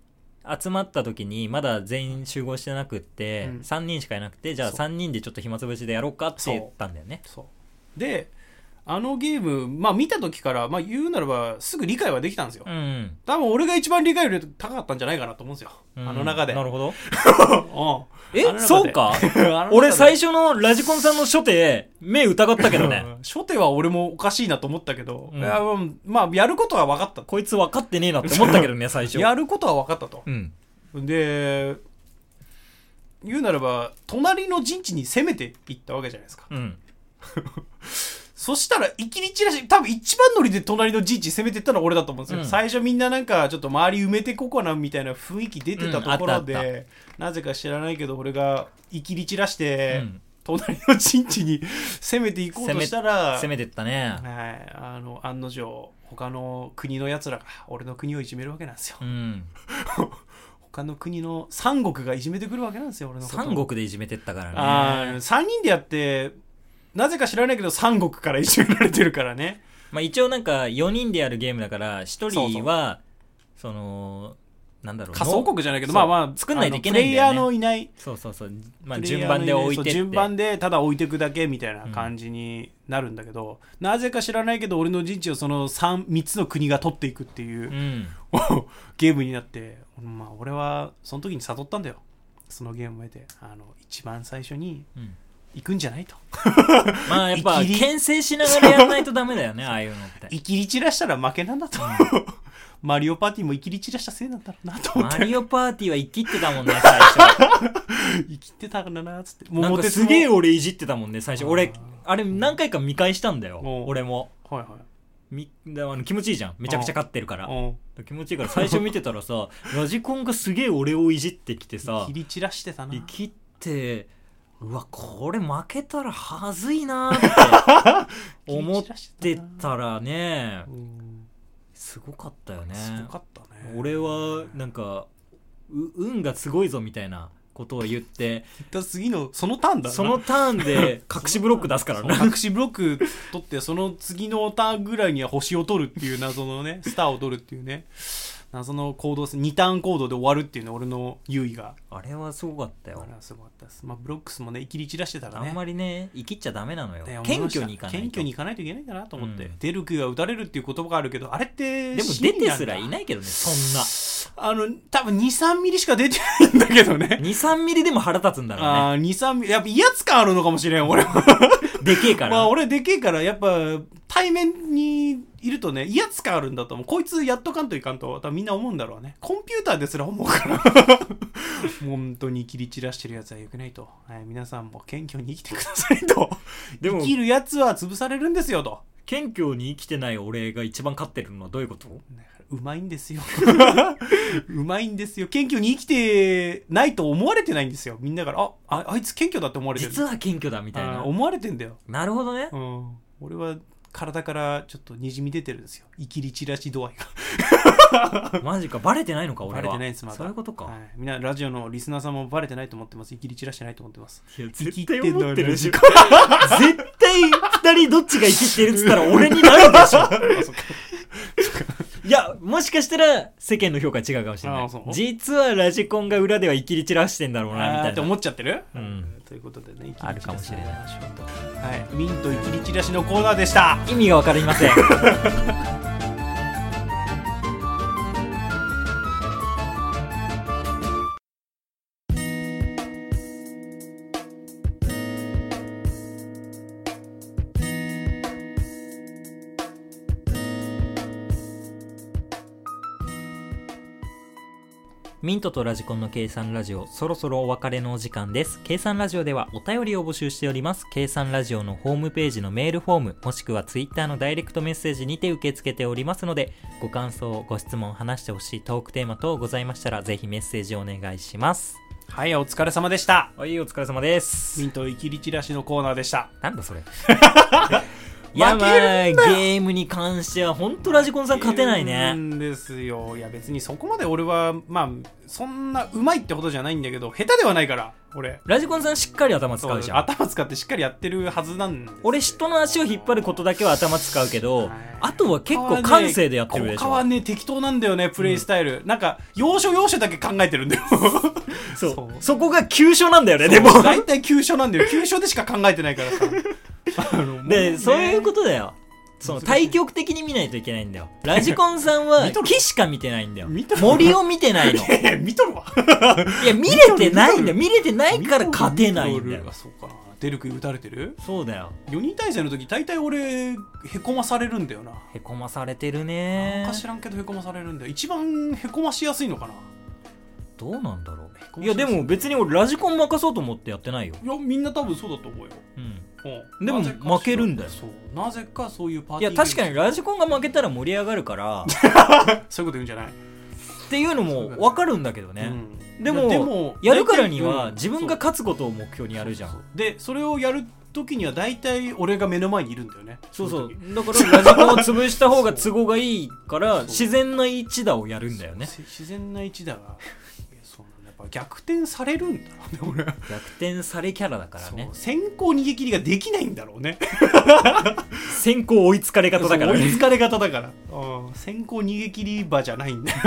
Speaker 1: 集まった時にまだ全員集合してなくって、
Speaker 2: うん
Speaker 1: 3人しかいなくてじゃあ
Speaker 2: そう
Speaker 1: 3人でちょっと暇つぶしでやろうかって言ったんだよね
Speaker 2: そうであのゲームまあ見た時から、まあ、言うならばすぐ理解はできたんですよ、
Speaker 1: うんうん
Speaker 2: 多分俺が一番理解力高かったんじゃないかなと思うんですよ、
Speaker 1: うん
Speaker 2: あの中で
Speaker 1: なるほど
Speaker 2: うん あの中
Speaker 1: え
Speaker 2: で
Speaker 1: そうか俺最初のラジコンさんの初手目疑ったけどね
Speaker 2: 初手は俺もおかしいなと思ったけど、
Speaker 1: うん
Speaker 2: いやうんまあやることは分かった
Speaker 1: こいつ分かってねえなって思ったけどね最初
Speaker 2: やることは分かったと
Speaker 1: うん
Speaker 2: で言うならば隣の陣地に攻めていったわけじゃないですか、
Speaker 1: うん
Speaker 2: そしたら一気に散らし多分一番乗りで隣の陣地攻めてったのは俺だと思うんですよ、
Speaker 1: うん
Speaker 2: 最初みんななんかちょっと周り埋めてここなみたいな雰囲気出てたところで、
Speaker 1: うんあったあ
Speaker 2: なぜか知らないけど俺がいきり散らし
Speaker 1: う
Speaker 2: て、
Speaker 1: ん
Speaker 2: 隣の陣地に攻めていこうとしたら
Speaker 1: 攻めてったね
Speaker 2: はい、あの案の定他の国のやつらが俺の国をいじめるわけなんですよ
Speaker 1: うん
Speaker 2: 他の国の三国がいじめてくるわけなんですよ俺のことを
Speaker 1: 三国でいじめてったから
Speaker 2: あ
Speaker 1: ね
Speaker 2: ー三人でやってなぜか知らないけど三国からいじめられてるからね
Speaker 1: まあ一応なんか4人でやるゲームだから1人はそのなんだろう
Speaker 2: 仮想国じゃないけど
Speaker 1: そ
Speaker 2: ま
Speaker 1: う
Speaker 2: あまあ
Speaker 1: 作んないといけないんだよね
Speaker 2: あのプレイヤーのいない
Speaker 1: そうそうそう、まあ、
Speaker 2: プレイ
Speaker 1: 順
Speaker 2: ヤーの
Speaker 1: 番
Speaker 2: い
Speaker 1: で
Speaker 2: ない
Speaker 1: 置いてって
Speaker 2: そう順番でただ置いていくだけみたいな感じになるんだけど、なぜか知らないけど俺の陣地をその 3, 三つの国が取っていくってい
Speaker 1: う、
Speaker 2: う
Speaker 1: ん、
Speaker 2: ゲームになって、まあ、俺はその時に悟ったんだよそのゲームを得てあの一番最初に
Speaker 1: うん
Speaker 2: 行くんじゃないと
Speaker 1: まあやっぱ
Speaker 2: いきり
Speaker 1: 牽制しながらやらないとダメだよねああいうのって
Speaker 2: いきり散らしたら負けなんだと マリオパーティーもいきり散らしたせいなんだろうなと思っ
Speaker 1: マ
Speaker 2: て
Speaker 1: リオパーティーは生きってたもんね最初
Speaker 2: 生きてたんだなっつって
Speaker 1: なん
Speaker 2: モ
Speaker 1: か
Speaker 2: テツ
Speaker 1: す
Speaker 2: も
Speaker 1: げえ俺いじってたもんね最初俺
Speaker 2: あー
Speaker 1: あれ何回か見返したんだよ
Speaker 2: おう
Speaker 1: 俺も
Speaker 2: はいはい
Speaker 1: みだあの気持ちいいじゃんめちゃくちゃ勝ってるから
Speaker 2: うん
Speaker 1: 気持ちいいから最初見てたら さラジコンがすげえ俺をいじってきてさ
Speaker 2: いきり散らしてたな
Speaker 1: 生きってうわこれ負けたらはずいなーって 思ってたらね
Speaker 2: うん
Speaker 1: すごかったよね
Speaker 2: すごかったね
Speaker 1: 俺はなんかう運がすごいぞみたいなことを言って
Speaker 2: 言った次のそのタ ーンだな
Speaker 1: そのターンで隠しブロック出すからな
Speaker 2: 隠しブロック取ってその次のターンぐらいには星を取るっていう謎 のねスターを取るっていうね謎の行動2ターン行動で終わるっていうね俺の優位が
Speaker 1: あれはすごかったよ
Speaker 2: あれはすごかったです、まあ、ブロックスもねいきり散らしてたら
Speaker 1: あ
Speaker 2: ね
Speaker 1: んまりね生きっちゃダメなのよ
Speaker 2: ね思い
Speaker 1: 謙
Speaker 2: ました
Speaker 1: 虚にいかないと
Speaker 2: 謙虚にいかないといけないんだなと思って、
Speaker 1: うん
Speaker 2: 出る杭が打たれるっていう言葉があるけどあれって
Speaker 1: でも
Speaker 2: 真
Speaker 1: 出
Speaker 2: 理
Speaker 1: て
Speaker 2: なんだ
Speaker 1: すらいないけどねそんな
Speaker 2: あの多分23ミリしか出てないんだけどね
Speaker 1: 23ミリでも腹立つんだろうね
Speaker 2: ああ23ミリやっぱ威圧感あるのかもしれん俺は
Speaker 1: でけえから、
Speaker 2: まあ俺でけえからやっぱ対面にいるとね威圧感あるんだと思うこいつやっとかんといかんと多分みんな思うんだろうねコンピューターですら思うから 本当に切り散らしてるやつはよくないと、はい、皆さんも謙虚に生きてくださいと
Speaker 1: でも
Speaker 2: 生きるやつは潰されるんですよと
Speaker 1: 謙虚に生きてない俺が一番勝ってるのはどういうこと
Speaker 2: だからうまいんで すようまいんですよ謙虚に生きてないと思われてないんですよみんなからあああいつ謙虚だって思われてる
Speaker 1: 実は謙虚だみたい
Speaker 2: あー
Speaker 1: な
Speaker 2: 思われてんだよ
Speaker 1: なるほどね
Speaker 2: うん、俺は体からちょっとにじみ出てるんですよいきり散らし度合いが
Speaker 1: マジかバレてないのか俺は
Speaker 2: バレてないですまだ
Speaker 1: そういうことか、
Speaker 2: はい、みんなラジオのリスナーさんもバレてないと思ってますいきり散らしてないと思ってます
Speaker 1: いや
Speaker 2: 生き
Speaker 1: 絶
Speaker 2: て
Speaker 1: 対
Speaker 2: んの
Speaker 1: 思ってるでしょ絶対二人どっちが生きてるっつったら俺になるでしょ いやもしかしたら世間の評価違うかもしれな
Speaker 2: あ
Speaker 1: い
Speaker 2: ーそう
Speaker 1: 実はラジコンが裏では生きり散らしてんだろうなみ
Speaker 2: あ
Speaker 1: た
Speaker 2: ー
Speaker 1: い
Speaker 2: って
Speaker 1: な
Speaker 2: 思っちゃってる、
Speaker 1: うん
Speaker 2: ということでね
Speaker 1: あるかもしれない
Speaker 2: ないはいミントいきり散らしのコーナーでした
Speaker 1: 意味が分かりま せんミントとラジコンの計算ラジオ、そろそろお別れのお時間です。計算ラジオではお便りを募集しております。計算ラジオのホームページのメールフォーム、もしくはツイッターのダイレクトメッセージにて受け付けておりますので、ご感想、ご質問、話してほしいトークテーマ等ございましたら、ぜひメッセージお願いします。
Speaker 2: はいお疲れ様でした
Speaker 1: はい、お疲れ様です
Speaker 2: ミ。ントいきり散らしのコーナーでした
Speaker 1: なんだそれ。やばい
Speaker 2: 負
Speaker 1: ゲームに関しては本当ラジコンさん勝てない
Speaker 2: いる
Speaker 1: ね
Speaker 2: んですよいや別にそこまで俺はまあそんなうまいってほどじゃないんだけど下手ではないから俺
Speaker 1: ラジコンさんしっかり頭使
Speaker 2: そう
Speaker 1: うじゃん
Speaker 2: 頭使ってしっかりやってるはずなんです
Speaker 1: 俺人の足を引っ張ることだけは頭使うけど
Speaker 2: はい
Speaker 1: あとは結構感性でやってるでし
Speaker 2: 他は
Speaker 1: ょ
Speaker 2: ね適当なんだよねプレイスタイル、なんか要所要所だけ考えてるんだよ
Speaker 1: そう
Speaker 2: そう
Speaker 1: そこが急所なんだよねでも
Speaker 2: 大体急所なんだよ急所でしか考えてないから さあのもう
Speaker 1: で
Speaker 2: ね
Speaker 1: そういうことだよその対極的に見ないといけないんだよラジコンさんは
Speaker 2: 見とる
Speaker 1: 木しか見てないんだよ
Speaker 2: 見とる
Speaker 1: 森を見てないの
Speaker 2: いやいや見とるわ
Speaker 1: いや見れてないんだよ見れてないから勝てないんだ
Speaker 2: 見とる
Speaker 1: よ
Speaker 2: あそうかデルクに打たれてる
Speaker 1: そうだよ
Speaker 2: 4人体制の時大体俺へこまされるんだよな
Speaker 1: へこまされてる
Speaker 2: なん
Speaker 1: ね
Speaker 2: か知らんけどへこまされるんだよ一番へこましやすいのかな
Speaker 1: どうなんだろ
Speaker 2: こ
Speaker 1: う
Speaker 2: ま
Speaker 1: いや
Speaker 2: しやすい
Speaker 1: でも別に俺ラジコン任そうと思ってやってないよ、
Speaker 2: いやみんな多分そうだと思うよ、
Speaker 1: うん、
Speaker 2: うん
Speaker 1: でも
Speaker 2: なぜか知ら
Speaker 1: 負けるんだよ
Speaker 2: そうなぜかそういうパー
Speaker 1: い
Speaker 2: ティ
Speaker 1: や
Speaker 2: ー
Speaker 1: 確か
Speaker 2: に
Speaker 1: にラジコンが負けたら盛り上がる から
Speaker 2: そういうこと言うんじゃない、
Speaker 1: っていうのも分かるんだけどね、
Speaker 2: うん
Speaker 1: で
Speaker 2: い
Speaker 1: も
Speaker 2: や
Speaker 1: やるからには
Speaker 2: うん
Speaker 1: 自分が勝つことを目標にやるじゃん
Speaker 2: そうそうそうでそれをやる時には大体俺が目の前にいるんだよね
Speaker 1: そうそう
Speaker 2: の時
Speaker 1: だからラジコンを潰した方が都合がいいから
Speaker 2: そう
Speaker 1: 自然な一打をやるんだよね
Speaker 2: せ自然な一打がいやそうなんだやっぱ逆転されるんだろうね俺
Speaker 1: 逆転されキャラだからね
Speaker 2: そう先行逃げ切りができないんだろうね
Speaker 1: 先行追いつかれ方だから
Speaker 2: そう追い
Speaker 1: ね
Speaker 2: つかれ方だから、うん先行逃げ切り場じゃないんだよ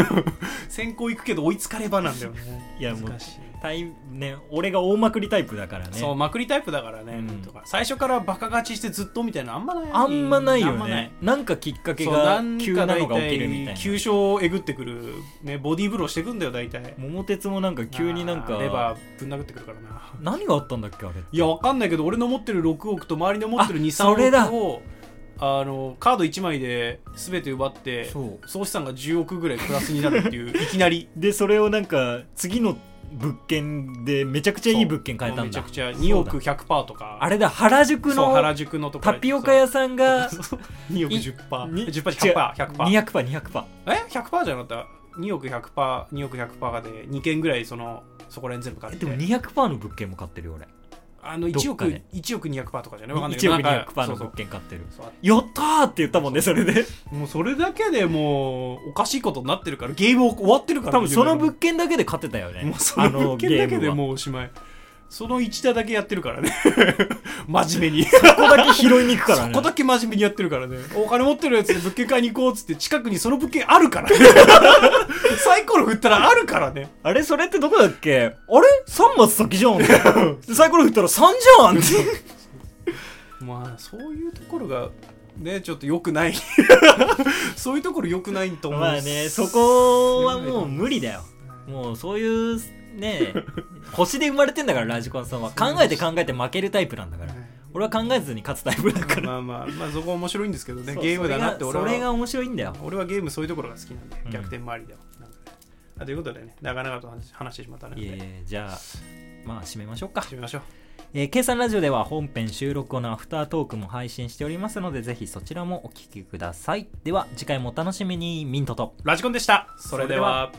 Speaker 2: 先行行くけど追いつかれ場なんだよね
Speaker 1: いやもう
Speaker 2: 難しい
Speaker 1: タイね俺が大まくりタイプだから
Speaker 2: そう
Speaker 1: ね
Speaker 2: まくりタイプだからね、
Speaker 1: うん
Speaker 2: とか最初からバカ勝ちしてずっとみたいなのあんまない
Speaker 1: あんまない
Speaker 2: あ
Speaker 1: よ
Speaker 2: んま
Speaker 1: ねなんかきっかけが急なのが起きるみたいな
Speaker 2: 急所をえぐってくる、ね、ボディーブローしてくんだよ大体
Speaker 1: 桃鉄もなんか急になん
Speaker 2: レバ
Speaker 1: か
Speaker 2: ーぶん殴ってくるからな
Speaker 1: 何があったんだっけあれ
Speaker 2: いやわかんないけど俺の持ってる6億と周りの持ってる
Speaker 1: あそれだ
Speaker 2: 23億をあのカード1枚で全て奪って
Speaker 1: そう
Speaker 2: 総資産が10億ぐらいプラスになるっ ていういきなり
Speaker 1: でそれをなんか次の物件でめちゃくちゃいい物件買えたん
Speaker 2: めちゃ
Speaker 1: だ
Speaker 2: くちゃ2億
Speaker 1: そう
Speaker 2: 100%とか
Speaker 1: あれだ原宿
Speaker 2: そう
Speaker 1: の
Speaker 2: 原宿のとか
Speaker 1: タピオカ屋さんが
Speaker 2: そう2億
Speaker 1: い
Speaker 2: 10%10%
Speaker 1: に違う
Speaker 2: 100%100%
Speaker 1: 200%、200%。
Speaker 2: え100%じゃなかった2億 100%2 億100%がで2件ぐらいそのそこら辺全部買っ
Speaker 1: え
Speaker 2: て
Speaker 1: でも200%の物件も買ってるよ俺。
Speaker 2: あの
Speaker 1: ど
Speaker 2: 1
Speaker 1: っか
Speaker 2: 億
Speaker 1: で
Speaker 2: 1億200%とかじゃねわかんないけ
Speaker 1: 1
Speaker 2: ど
Speaker 1: 億
Speaker 2: なんか
Speaker 1: 200%
Speaker 2: そ
Speaker 1: の
Speaker 2: うそ
Speaker 1: 物
Speaker 2: う
Speaker 1: 件買ってる。
Speaker 2: そう
Speaker 1: やったーって言ったもんね、それで。
Speaker 2: もうそれだけでもうおかしいことになってるからゲーム終わってるから
Speaker 1: 多分その
Speaker 2: 夢
Speaker 1: 物件だけで勝てたよね。
Speaker 2: ももうその物件だけで
Speaker 1: あのゲームは
Speaker 2: もうおしまいその一打だけやってるか らね真面目に
Speaker 1: ここだけ拾いに行くからね。
Speaker 2: そこだけ真面目にやってるからねお金持ってるやつで物件買いに行こうっつって近くにその物件あ るからねサイコロ振ったらあるからね
Speaker 1: あれそれってどこだっけあれ ?3 マス先じゃん。 でサイコロ振ったら3じゃん って。
Speaker 2: まあそういうところがねちょっと良くない そういうところ良くないと思う
Speaker 1: まあね、そこはもう無理だよ。もうそういう、ね、星で生まれてんだから、ラジコンさんは。考えて考えて負けるタイプなんだから。俺は考えずに勝つタイプだから。
Speaker 2: まあまあまあそこは面白いんですけどね
Speaker 1: そう
Speaker 2: ゲームだなって
Speaker 1: それ
Speaker 2: 俺
Speaker 1: が
Speaker 2: は
Speaker 1: それが面白いんだよ。
Speaker 2: 俺はゲームそういうところが好きなんで、
Speaker 1: うん
Speaker 2: 逆転周りではなんかねあということでね長々と話話してしまったので
Speaker 1: いえいえじゃあまあ締めましょうか、
Speaker 2: 始めましょう
Speaker 1: えー、計算ラジオでは本編収録後のアフタートークも配信しておりますのでぜひそちらもお聞きくださいでは次回もお楽しみにミントと
Speaker 2: ラジコンでしたそれでは